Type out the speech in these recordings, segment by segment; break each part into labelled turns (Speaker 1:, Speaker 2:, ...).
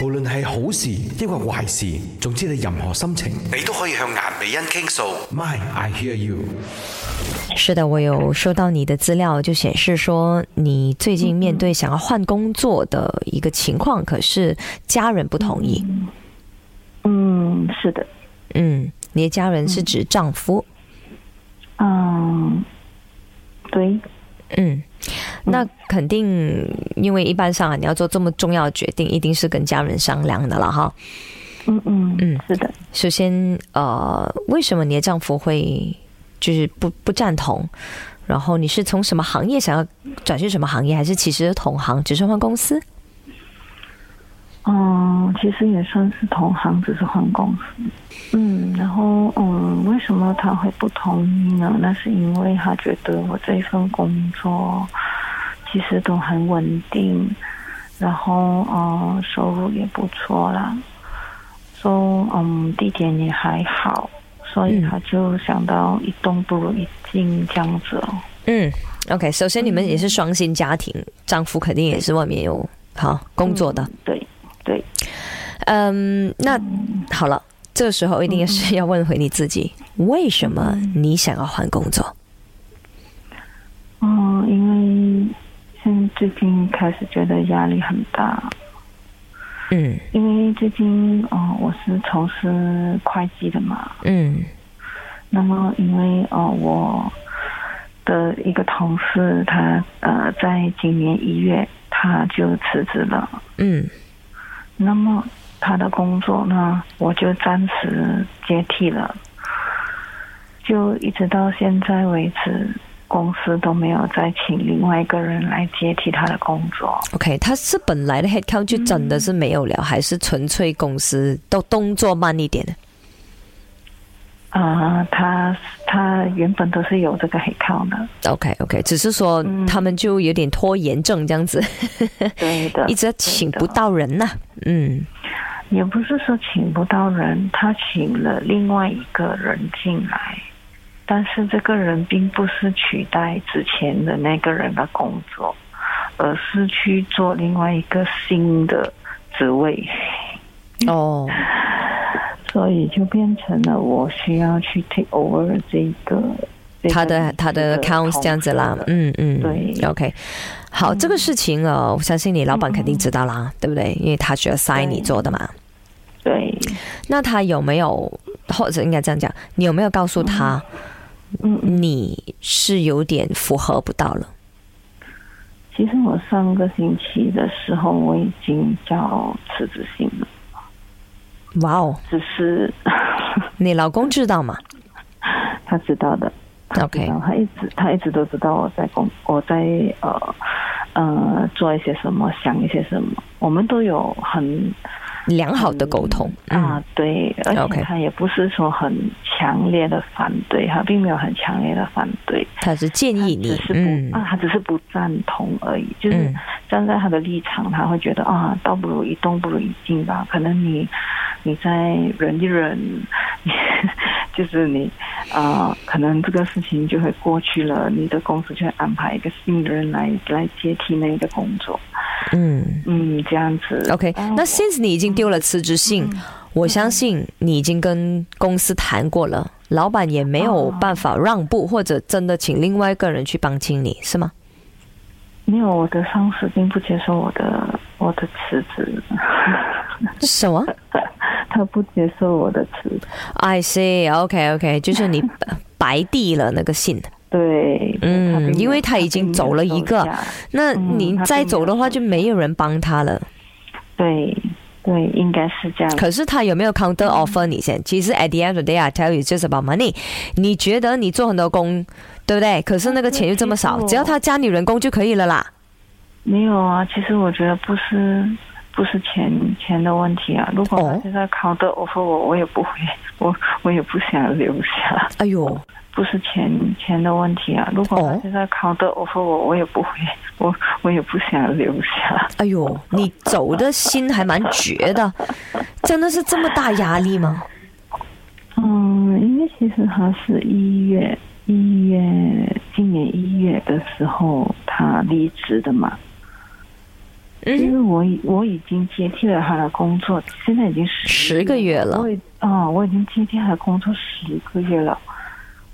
Speaker 1: 無論係好事抑或壞事，總之你任何心情
Speaker 2: 你都可以向顏美欣傾訴。
Speaker 1: ，My I hear you。
Speaker 3: 是的，我有收到你的资料，就显示说你最近面对想要换工作的一个情况，可是家人不同意。
Speaker 4: 嗯，是的，
Speaker 3: 嗯，你的家人是指丈夫。
Speaker 4: 嗯，对，
Speaker 3: 嗯，那肯定，因为一般上啊，你要做这么重要的决定，一定是跟家人商量的了哈。
Speaker 4: 嗯嗯
Speaker 3: 嗯
Speaker 4: 是的，
Speaker 3: 首先，呃，为什么你的丈夫会就是不不赞同？然后你是从什么行业想要转去什么行业，还是其实同行，只是换公司？
Speaker 4: 嗯，其实也算是同行，只是换公司。嗯，然后嗯，为什么他会不同意呢？那是因为他觉得我这一份工作其实都很稳定，然后嗯，收入也不错啦，说嗯，地点也还好，所以
Speaker 3: 嗯
Speaker 4: 他就想到一动不如一静这样子哦。
Speaker 3: 嗯，OK，首先你们也是双薪家庭，丈夫肯定也是外面有好工作的。
Speaker 4: 对对，
Speaker 3: 嗯，那好了，这个时候一定是要问回你自己，为什么你想要换工作？
Speaker 4: 嗯，因为现在最近开始觉得压力很大，
Speaker 3: 嗯
Speaker 4: 因为最近呃我是从事会计的嘛，
Speaker 3: 嗯
Speaker 4: 那么因为呃我的一个同事他呃在今年一月他就辞职了，
Speaker 3: 嗯
Speaker 4: 那么他的工作呢我就暂时接替了，就一直到现在为止。公司都没有再请另外一个人来接替他的工作，
Speaker 3: ，OK，他是本来的 headcount 就真的是没有了，还是纯粹公司都动作慢一点呢？
Speaker 4: 啊，他他原本都是有这个黑靠的，
Speaker 3: OK OK，只是说
Speaker 4: 嗯
Speaker 3: 他们就有点拖延症这样子，，
Speaker 4: 对 的
Speaker 3: 一直请不到人呐、嗯
Speaker 4: 也不是说请不到人，他请了另外一个人进来，但是这个人并不是取代之前的那个人的工作，而是去做另外一个新的职位，
Speaker 3: 哦，
Speaker 4: 所以就变成了我需要去 take over 这个。这个
Speaker 3: 他的他的
Speaker 4: 这个
Speaker 3: accounts 这样子啦
Speaker 4: 同，事的
Speaker 3: 嗯嗯，
Speaker 4: 对嗯
Speaker 3: ，OK，好，这个事情呃，我相信你老板肯定知道啦，对不对？因为他需要 sign
Speaker 4: 对
Speaker 3: 你做的嘛。
Speaker 4: 对，
Speaker 3: 那他有没有，或者应该这样讲，你有没有告诉他
Speaker 4: 嗯嗯。
Speaker 3: 你是有点符合不到了？
Speaker 4: 其实我上个星期的时候我已经叫辞职信了，
Speaker 3: 哇哦，
Speaker 4: 只是
Speaker 3: 你老公知道吗
Speaker 4: 他知道的。他知
Speaker 3: OK
Speaker 4: 道他一直他一直都知道我在工我在呃呃做一些什么，想一些什么，我们都有很
Speaker 3: 良好的沟通，嗯
Speaker 4: 啊对，而
Speaker 3: OK
Speaker 4: 且他也不是说很强烈的反对，他并没有很强烈的反对，
Speaker 3: 他是建议
Speaker 4: 只
Speaker 3: 你
Speaker 4: 是，不、
Speaker 3: 嗯
Speaker 4: 啊，他只是不赞同而已，就是。
Speaker 3: 嗯
Speaker 4: 站在他的立场，他会觉得啊，倒不如一动不如一静吧。可能你你再忍一忍，你 就是你啊、呃可能这个事情就会过去了，你的公司就会安排一个新的人来来接替那个工作。
Speaker 3: 嗯。
Speaker 4: 嗯，这样子。
Speaker 3: OK，
Speaker 4: 啊
Speaker 3: 那
Speaker 4: 我
Speaker 3: since 你已经丢了辞职信，我相信你已经跟公司谈过了，老板也没有办法让步，或者真的请另外一个人去帮衬你，是吗？
Speaker 4: 没有我的上司并不接受我的我的辞职，
Speaker 3: 什么
Speaker 4: 他不接受我的辞职。
Speaker 3: ？I see，OK OK，就是你白递了那个信，
Speaker 4: 对，
Speaker 3: 嗯
Speaker 4: 并没有
Speaker 3: 因为他已经走了一个
Speaker 4: 他并没有收下
Speaker 3: 那
Speaker 4: 嗯
Speaker 3: 你
Speaker 4: 他并
Speaker 3: 再走的话
Speaker 4: 没有
Speaker 3: 就没有人帮他了。
Speaker 4: 对对，应该是这样。
Speaker 3: 可是他有没有 counter offer 你先？其实 at the end of the day I tell you it's just about money。你觉得你做很多工，对不对？可是那个钱又这么少，
Speaker 4: 其实我
Speaker 3: 只要他加你人工就可以了啦。
Speaker 4: 没有啊，其实我觉得不是不是钱钱的问题啊。如果
Speaker 3: 哦
Speaker 4: 他现在 counter offer 我，我也不会， 我我也不想留下。
Speaker 3: 哎呦，
Speaker 4: 不是钱钱的问题啊。如果
Speaker 3: 哦
Speaker 4: 他现在 counter offer 我，我也不会， 我我也不想留下。
Speaker 3: 哎呦，你走的心还蛮绝的，真的是这么大压力吗？
Speaker 4: 嗯，因为其实他是一月一月今年一月的时候他离职的嘛。因为我已我已经接替了他的工作，现在已经十
Speaker 3: 十个月了
Speaker 4: 我已啊、我已经接替他的工作十个月了，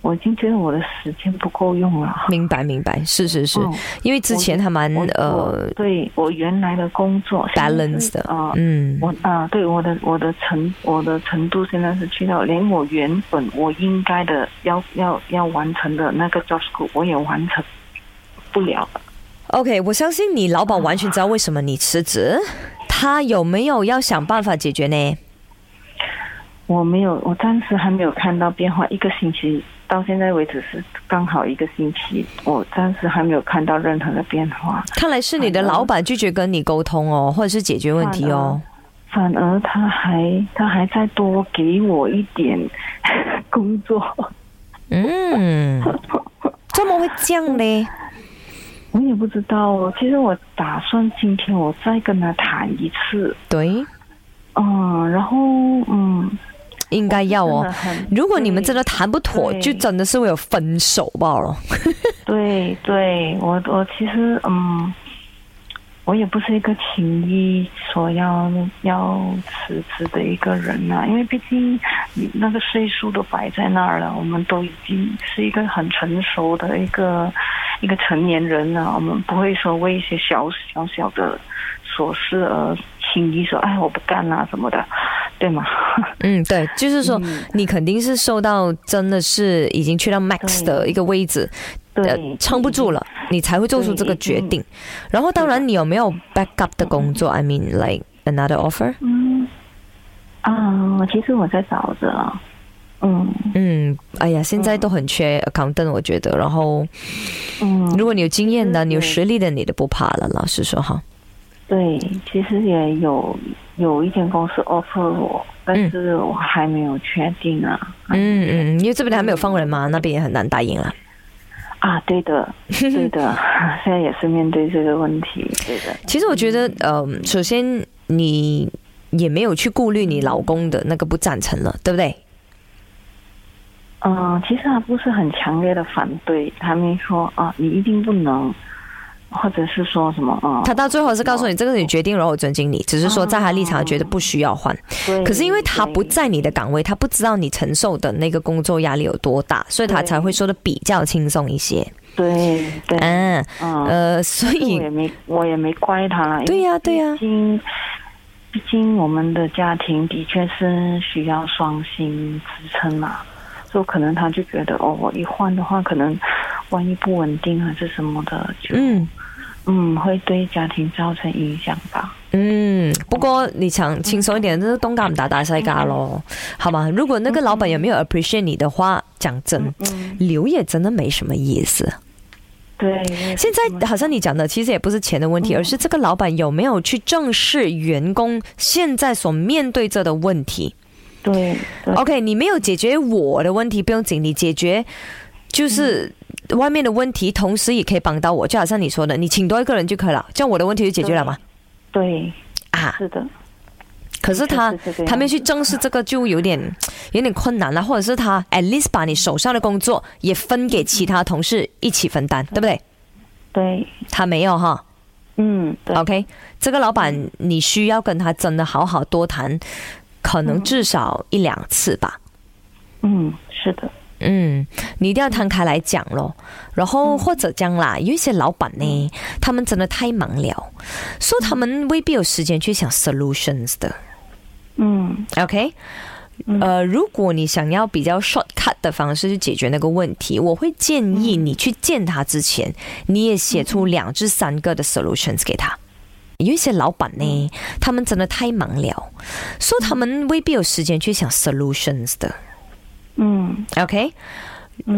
Speaker 4: 我已经觉得我的时间不够用了。
Speaker 3: 明白明白，是是是，
Speaker 4: 嗯
Speaker 3: 因为之前还蛮
Speaker 4: 我
Speaker 3: 呃
Speaker 4: 我对我原来的工作
Speaker 3: balance 的，
Speaker 4: 啊、
Speaker 3: 嗯，
Speaker 4: 我啊、对我的我的程我的程度现在是去到连我原本我应该的要要要完成的那个 job scope 我也完成不了了。
Speaker 3: OK，我相信你老板完全知道为什么你辞职，他有没有要想办法解决呢？
Speaker 4: 我没有，我暂时还没有看到变化。一个星期到现在为止是刚好一个星期，我暂时还没有看到任何的变化。
Speaker 3: 看来是你的老板拒绝跟你沟通哦，或者是解决问题哦。
Speaker 4: 反而他还他还再多给我一点 工作，
Speaker 3: 嗯，怎么会这样呢？
Speaker 4: 我也不知道哦。其实我打算今天我再跟他谈一次，
Speaker 3: 对，
Speaker 4: 嗯，然后嗯，
Speaker 3: 应该要
Speaker 4: 真
Speaker 3: 哦
Speaker 4: 的。很
Speaker 3: 如果你们真的谈不妥，
Speaker 4: 对
Speaker 3: 就真的是会有分手哦罢了。
Speaker 4: 对对，我我其实嗯，我也不是一个轻易说要要辞职的一个人呐、因为毕竟你那个岁数都摆在那儿了，我们都已经是一个很成熟的一个一个成年人了，我们不会说为一些小小小的琐事而轻易说哎我不干啦、什么的，对吗？
Speaker 3: 嗯，对，就是说你肯定是受到真的是已经去到 max
Speaker 4: 对
Speaker 3: 的一个位置，呃
Speaker 4: 对，
Speaker 3: 撑不住了，你才会做出这个决定。然后，当然你有没有 backup 的工作？I mean like another offer？
Speaker 4: 嗯，啊，其实我在找着，嗯
Speaker 3: 嗯，哎呀，现在都很缺 accountant，我觉得。然后，
Speaker 4: 嗯，
Speaker 3: 如果你有经验的，你有
Speaker 4: 对
Speaker 3: 实力的，你都不怕了。老实说哈，
Speaker 4: 对，其实也有有一间公司 offer 我，但是我还没有确定啊。
Speaker 3: 嗯嗯，因为这边还没有放人
Speaker 4: 嗯
Speaker 3: 嘛，那边也很难答应了。
Speaker 4: 啊，对 的，对的， 现在也是面对这个问题，对的。
Speaker 3: 其实我觉得，呃，首先你也没有去顾虑你老公的那个不赞成了，对不对？
Speaker 4: 嗯、其实他不是很强烈的反对，他没说啊，你一定不能，或者是说什么啊，
Speaker 3: 他到最后是告诉你，这个是你决定，然后我尊敬你，只是说在他立场觉得不需要换。
Speaker 4: 哦对
Speaker 3: 可是因为他不
Speaker 4: 对
Speaker 3: 在你的岗位，他不知道你承受的那个工作压力有多大，所以他才会说的比较轻松一些。
Speaker 4: 对对，
Speaker 3: 嗯，
Speaker 4: 嗯
Speaker 3: 呃，所以
Speaker 4: 我也没我也没怪他啦。因为
Speaker 3: 对呀对呀
Speaker 4: 毕竟毕竟我们的家庭的确是需要双薪支撑嘛，所以可能他就觉得哦，我一换的话，可能万一不稳定还是什么的，就嗯
Speaker 3: 嗯
Speaker 4: 会对家庭造成影响吧。
Speaker 3: 嗯，不过你想轻松一点，就是东家唔打大西家咯，
Speaker 4: 嗯
Speaker 3: 好吗？如果那个老板也没有 appreciate 你的话，讲真，
Speaker 4: 嗯，
Speaker 3: 留也真的没什么意思。
Speaker 4: 对。
Speaker 3: 现在好像你讲的，其实也不是钱的问题，
Speaker 4: 嗯
Speaker 3: 而是这个老板有没有去正视员工现在所面对着的问题。
Speaker 4: 对对
Speaker 3: OK，你没有解决我的问题，不用紧，你解决
Speaker 4: 嗯
Speaker 3: 就是外面的问题，同时也可以帮到我。就好像你说的，你请多一个人就可以了，这样我的问题就解决了嘛。
Speaker 4: 对，
Speaker 3: 啊，
Speaker 4: 是的，
Speaker 3: 可是他
Speaker 4: 是这啊个样子
Speaker 3: 他没去正视这个，就有点有点困难了，或者是他 at least 把你手上的工作也分给其他同事一起分
Speaker 4: 嗯
Speaker 3: 担，对不对？
Speaker 4: 对，
Speaker 3: 他没有哈。
Speaker 4: 嗯，对，
Speaker 3: OK，这个老板你需要跟他真的好好多谈，可能至少一两次吧。
Speaker 4: 嗯，是的，
Speaker 3: 嗯，你一定要摊开来讲咯。然后或者这样啦，有一些老板呢，他们真的太忙了，所以他们未必有时间去想 solutions 的。
Speaker 4: 嗯
Speaker 3: OK，呃，如果你想要比较 shortcut 的方式去解决那个问题，我会建议你去见他之前，你也写出两至三个的 solutions 给他。有一些老板呢，他们真的太忙了，所以他们未必有时间去想 solutions 的。
Speaker 4: 嗯
Speaker 3: OK，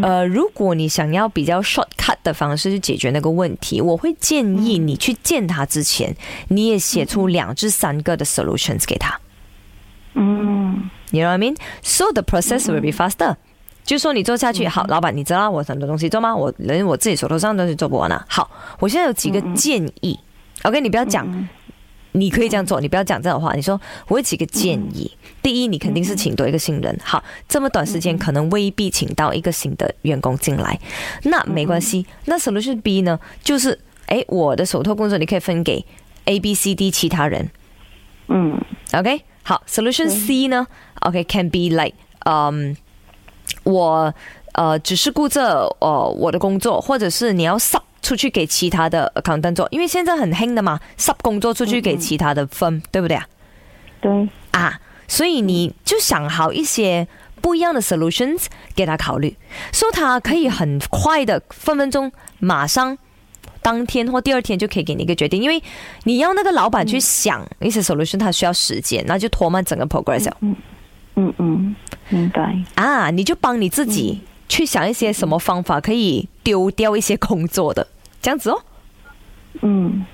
Speaker 3: 呃，如果你想要比较 shortcut 的方式去解决那个问题，我会建议你去见他之前，你也写出两至三个的 solutions 给他。
Speaker 4: 嗯
Speaker 3: You know what I mean? So the process will be faster. 就说你做下去，好，老板，你知道我很多东西做吗？我连我自己手头上的东西做不完啊。好，我现在有几个建议。OK，你不要讲，你可以这样做，你不要讲这种话。你说我有几个建议，第一，你肯定是请多一个新人。好，这么短时间可能未必请到一个新的员工进来，那没关系。那 solution B 呢，就是诶，我的手头工作你可以分给。 A、B、C、D 其他人。
Speaker 4: 嗯
Speaker 3: OK，好，Solution C 呢？OK，can、be like，嗯、我呃只是顾着呃我的工作，或者是你要 sub 出去给其他的 accountant 做，因为现在很兴的嘛，sub 工作出去给其他的分，对不对啊？
Speaker 4: 对，
Speaker 3: 啊，所以
Speaker 4: 嗯
Speaker 3: 你就想好一些不一样的 solutions 给他考虑，说他可以很快的分分钟马上。当天或第二天就可以给你一个决定，因为你要那个老板
Speaker 4: 嗯
Speaker 3: 去想一些 solution，他需要时间，那就拖慢整个 progress 了
Speaker 4: 嗯嗯，明白。
Speaker 3: 啊！你就帮你自己
Speaker 4: 嗯
Speaker 3: 去想一些什么方法可以丢掉一些工作的，这样子哦
Speaker 4: 嗯，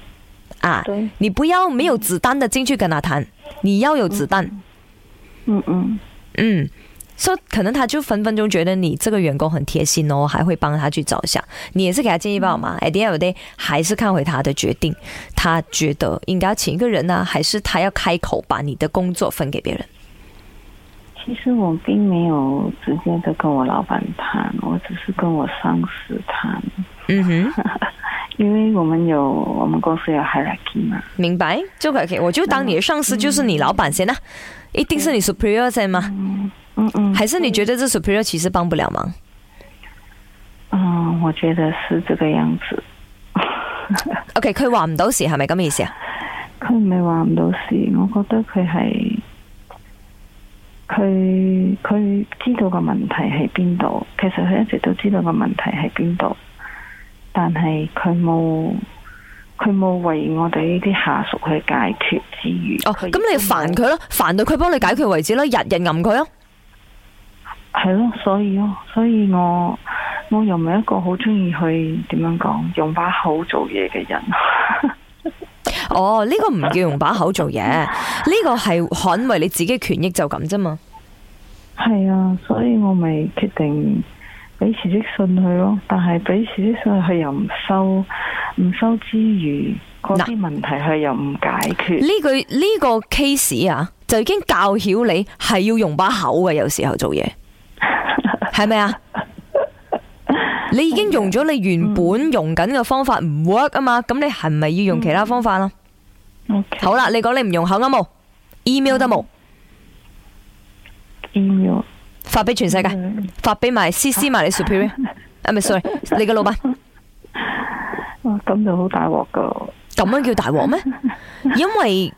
Speaker 3: 啊！
Speaker 4: 对，
Speaker 3: 你不要没有子弹的进去跟他谈，你要有子弹，
Speaker 4: 嗯嗯
Speaker 3: 嗯，所以可能他就分分钟觉得你这个员工很贴心哦，还会帮他去着想。你也是给他建议吧嘛？At
Speaker 4: 嗯
Speaker 3: the end of the day，还是看回他的决定，他觉得应该要请一个人呢、啊还是他要开口把你的工作分给别人？
Speaker 4: 其实我并没有直接的跟我老板谈，我只是跟我上司谈，
Speaker 3: 嗯哼，
Speaker 4: 因为我们有我们公司有 hierarchy 嘛。
Speaker 3: 明白就可以，我就当你的上司就是你老板先啦、一定是你 superior 先吗？
Speaker 4: 嗯嗯，
Speaker 3: 还是你觉得这 superior 其实帮不了忙？
Speaker 4: 嗯，我觉得是这个样子。
Speaker 3: OK，佢話唔到事係咪咁嘅意思啊？
Speaker 4: 佢唔係話唔到事，我覺得佢係佢佢知道個問題喺邊度，其實佢一直都知道個問題喺邊度，但係佢冇佢冇為我哋呢啲下屬去解決之餘，
Speaker 3: 哦，
Speaker 4: 佢亦
Speaker 3: 咁你
Speaker 4: 都冇
Speaker 3: 煩佢咯，煩到佢幫你解決為止咯，日日吟佢咯。
Speaker 4: 係咯，所以咯，所以我我又唔係一個好中意去點樣講用把口做嘢嘅人，
Speaker 3: 哦，呢、個唔叫用把口做嘢，呢、個係捍衛你自己嘅權益就咁啫嘛。
Speaker 4: 係啊，所以我咪決定俾辭職信佢咯。但係俾辭職信佢又唔收，唔收之餘，嗰啲問題佢又唔解決。
Speaker 3: 呢句呢、個 case 啊，就已經教曉你係要用把口嘅，有時候做嘢 係咪啊？你已經用咗你原本用緊嘅方法唔 work 啊嘛，咁你係咪要用其他方法啦？
Speaker 4: O
Speaker 3: 好啊啦，你講你唔用口啱冇，email 得冇，
Speaker 4: K，email
Speaker 3: 發俾全世
Speaker 4: 嗯
Speaker 3: 界，發俾埋 CC 埋你 superior，啊咪 sorry，你嘅老闆。
Speaker 4: 哇咁就好大鑊噶。
Speaker 3: 咁樣叫大鑊咩？因為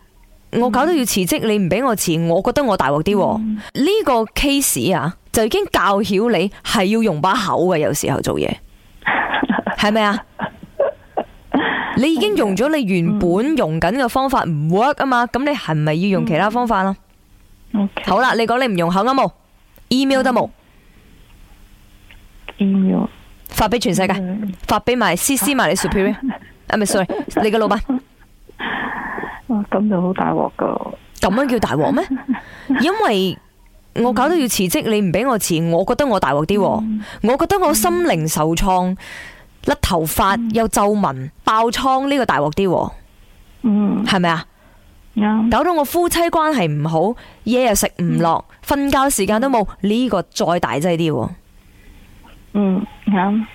Speaker 3: 我搞到要辭職，你唔俾我辭，我覺得我大鑊啲喎。呢、個 case 啊，就已經教曉你係要用把口嘅，有時候做嘢係咪啊？你已經用咗你原本用緊嘅方法唔 work 啊嘛，咁你係咪要用其他方法啦？
Speaker 4: O K，
Speaker 3: 好啦，啊你講你唔用口啱冇，email 得冇，
Speaker 4: ，email
Speaker 3: 發俾全世界，
Speaker 4: 嗯
Speaker 3: 發俾埋 CC 埋你 superior，啊咪 sorry，你嘅老闆。
Speaker 4: 哇咁就好大鑊噶。
Speaker 3: 咁樣叫大鑊咩？因為我搞到要辭職，你唔俾我辭，我覺得我大鑊啲
Speaker 4: 嗯
Speaker 3: 喎，我覺得我心靈受創，甩頭髮又皺紋、爆瘡呢個大鑊啲喎，
Speaker 4: 嗯，
Speaker 3: 係咪啊？
Speaker 4: 啱。
Speaker 3: 搞到我夫妻關係唔好，嘢又食唔落，瞓覺時間都冇，呢、個再大劑啲喎。
Speaker 4: 嗯，啱。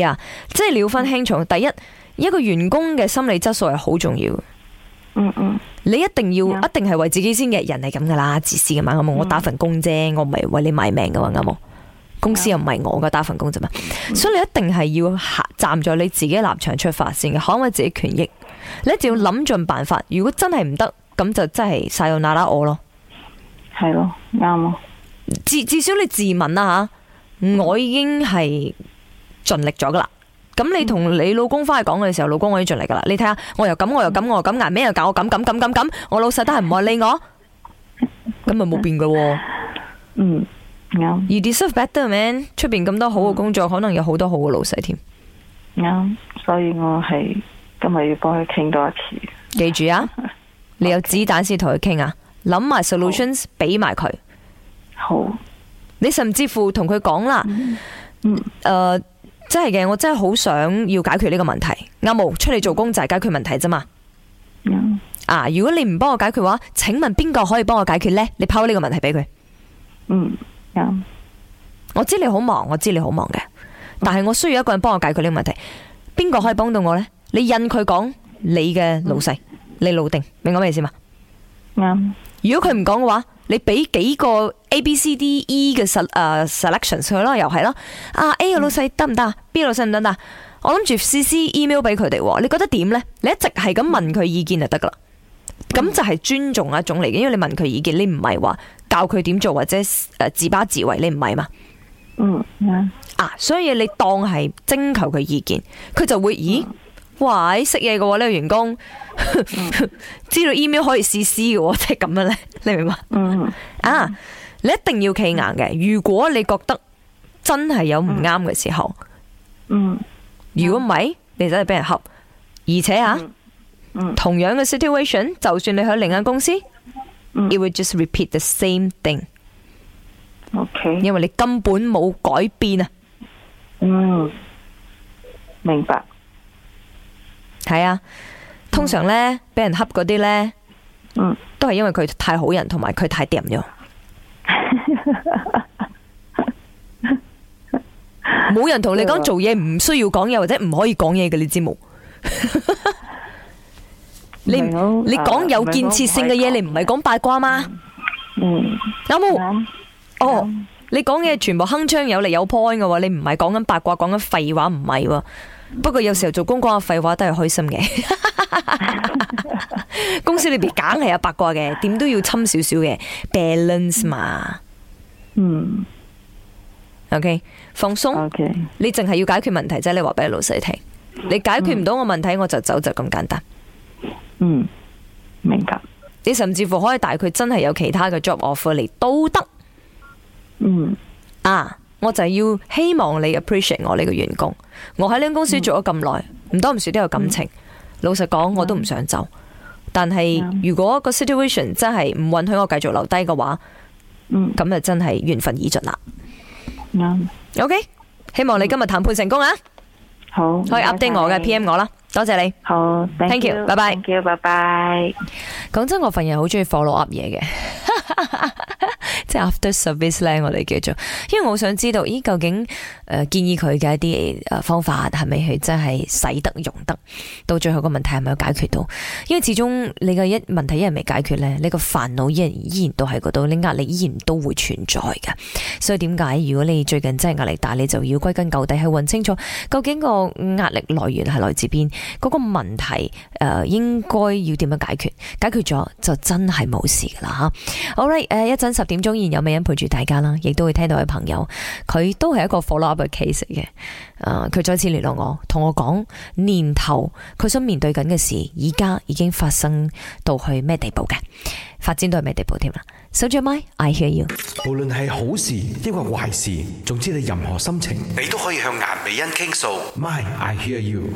Speaker 3: 呀、即係了分輕重。第一，一個員工嘅心理質素係好重要嘅。
Speaker 4: 嗯嗯
Speaker 3: 你一定要
Speaker 4: Yeah.
Speaker 3: 一定係為自己先嘅，人係咁噶啦，自私噶嘛，咁我打份工啫，我唔係為你賣命噶嘛，啱冇？公司又唔係我噶，打份工啫嘛，所以你一定係要行站在你自己立場出發先嘅，捍衛自己權益，你一定要諗盡辦法。如果真係唔得，咁就真係晒用那拉我咯。
Speaker 4: 係咯，啱咯。
Speaker 3: 至至少你自問啦吓，我已經係盡力咗噶啦。咁你同你老公翻去講嘅時候，老公我已經盡力噶啦。你睇下，我又咁，我又咁，我又咁，捱咩又搞我咁咁咁咁咁，我老細都係唔愛理我，咁咪冇變噶喎。
Speaker 4: 嗯，啱
Speaker 3: You deserve better man，出边咁多好嘅工作，可能有好多好嘅老細添。
Speaker 4: 啱。所以我係今日要幫佢傾多一次。
Speaker 3: 記住啊，你有子彈先同佢傾啊，諗埋 solutions 俾埋佢。
Speaker 4: 好。
Speaker 3: 你甚至乎同佢講啦，诶、呃真係嘅，我真係好想要解決呢個問題。啱冇出嚟做工就係解決問題啫嘛。
Speaker 4: 啱。
Speaker 3: 啊，如果你唔幫我解決嘅話，請問邊個可以幫我解決呢？你拋呢個問題俾佢。
Speaker 4: 嗯，啱。
Speaker 3: 我知你好忙，我知你好忙嘅，但係我需要一個人幫我解決呢個問題。邊個可以幫到我呢？你印佢講你嘅老細，你老定，明我咩意思嘛？
Speaker 4: 啱
Speaker 3: 如果佢唔講嘅話，你俾幾個 A、B、C、D、E 嘅 s e selections 佢啦，又係啦。啊 A 個老細得唔得啊？B 老細唔得唔得啊？我諗住 C、C email 俾佢哋喎，你覺得點呢？你一直係咁問佢意見就得噶啦。咁就係尊重一種嚟嘅，因為你問佢意見，你唔係話教佢點做或者诶自把自為，你唔係嘛
Speaker 4: 嗯啱
Speaker 3: 啊，所以你當係徵求佢意見，佢就會咦，喂識嘢嘅喎呢個員工， 知道 email 可以試 C 嘅喎，即係咁樣呢，你明嘛？
Speaker 4: 嗯
Speaker 3: 啊，你一定要企硬嘅。如果你覺得真係有唔啱嘅時候，
Speaker 4: 嗯
Speaker 3: 如果唔係，你真係俾人恰。而且啊，
Speaker 4: 嗯
Speaker 3: 同樣嘅 situation，就算你喺另一間公司、
Speaker 4: 嗯
Speaker 3: i t will just repeat the same thing，
Speaker 4: ，OK，
Speaker 3: 因為你根本冇改變啊。
Speaker 4: 嗯，明白，
Speaker 3: 係啊，通常呢，俾人恰嗰啲呢，
Speaker 4: 嗯
Speaker 3: 都係因為佢太好人，同埋佢太掂咗。冇人同你講做嘢唔需要講嘢或者唔可以講嘢嘅，你知冇？你
Speaker 4: 明咯
Speaker 3: 你啊講有建設性嘅嘢，
Speaker 4: 啊
Speaker 3: 你唔係講八卦嘛？
Speaker 4: 嗯
Speaker 3: 有冇？
Speaker 4: 啱
Speaker 3: 哦，你講嘅全部铿锵有力有 point 嘅喎，你唔係講緊八卦，講緊廢話，唔係喎。不過有時候做公關嘅廢話都係開心嘅。公司裏边梗係有八卦嘅，點都要侵少少嘅 balance 嘛。
Speaker 4: 嗯
Speaker 3: OK，放鬆，
Speaker 4: ，OK，
Speaker 3: 你淨係要解決問題啫。你話俾老細聽，你解決唔到我問題，我就走就咁簡單。
Speaker 4: 嗯，明白，
Speaker 3: 你甚至乎可以帶佢真係有其他嘅 job offer 嚟都得
Speaker 4: 嗯
Speaker 3: 啊！我就要希望你 appreciate 我呢個員工，我喺呢間公司做咗咁耐，唔多唔少都有感情。老實講，我都唔想走，但係
Speaker 4: 嗯
Speaker 3: 如果個 situation 真係唔允許我繼續留低嘅話，
Speaker 4: 嗯
Speaker 3: 咁就真係緣分已盡啦。
Speaker 4: 啱，
Speaker 3: OK，希望你今日談判成功啊！
Speaker 4: 好，
Speaker 3: 可以 update 我嘅 PM 我啦，多謝你。
Speaker 4: 好
Speaker 3: Thank you，拜拜
Speaker 4: ，thank you，拜拜。
Speaker 3: 講真，我份人好中意 follow up 嘢嘅， 即系 after service 咧，我哋叫做，因為我想知道，咦，究竟诶、呃建議佢嘅一啲诶方法係咪佢真係使得用得，到最後個問題係咪有解決到？因為始終你嘅一問題依然未解決咧，你個煩惱依然依然都喺嗰度，你壓力依然都會存在嘅。所以點解如果你最近真係壓力大，你就要歸根究底去揾清楚，究竟個壓力來源係來自邊，嗰、個問題诶、呃、应该要點樣解決？解決咗就真係冇事噶啦吓。好 right，誒一呃陣十點鐘依然有美人陪住大家啦，亦都會聽到嘅朋友，佢都係一個 follow up 嘅 case 嚟嘅。誒、呃佢再次聯絡我，同我講年頭佢想面對緊嘅事，而家已經發生到去咩地步嘅，發展到去咩地步添啦。守住咪，I hear you。
Speaker 1: 無論係好事抑或壞事，總之你任何心情
Speaker 2: 你都可以向顏美欣傾訴。
Speaker 1: ，My I hear you。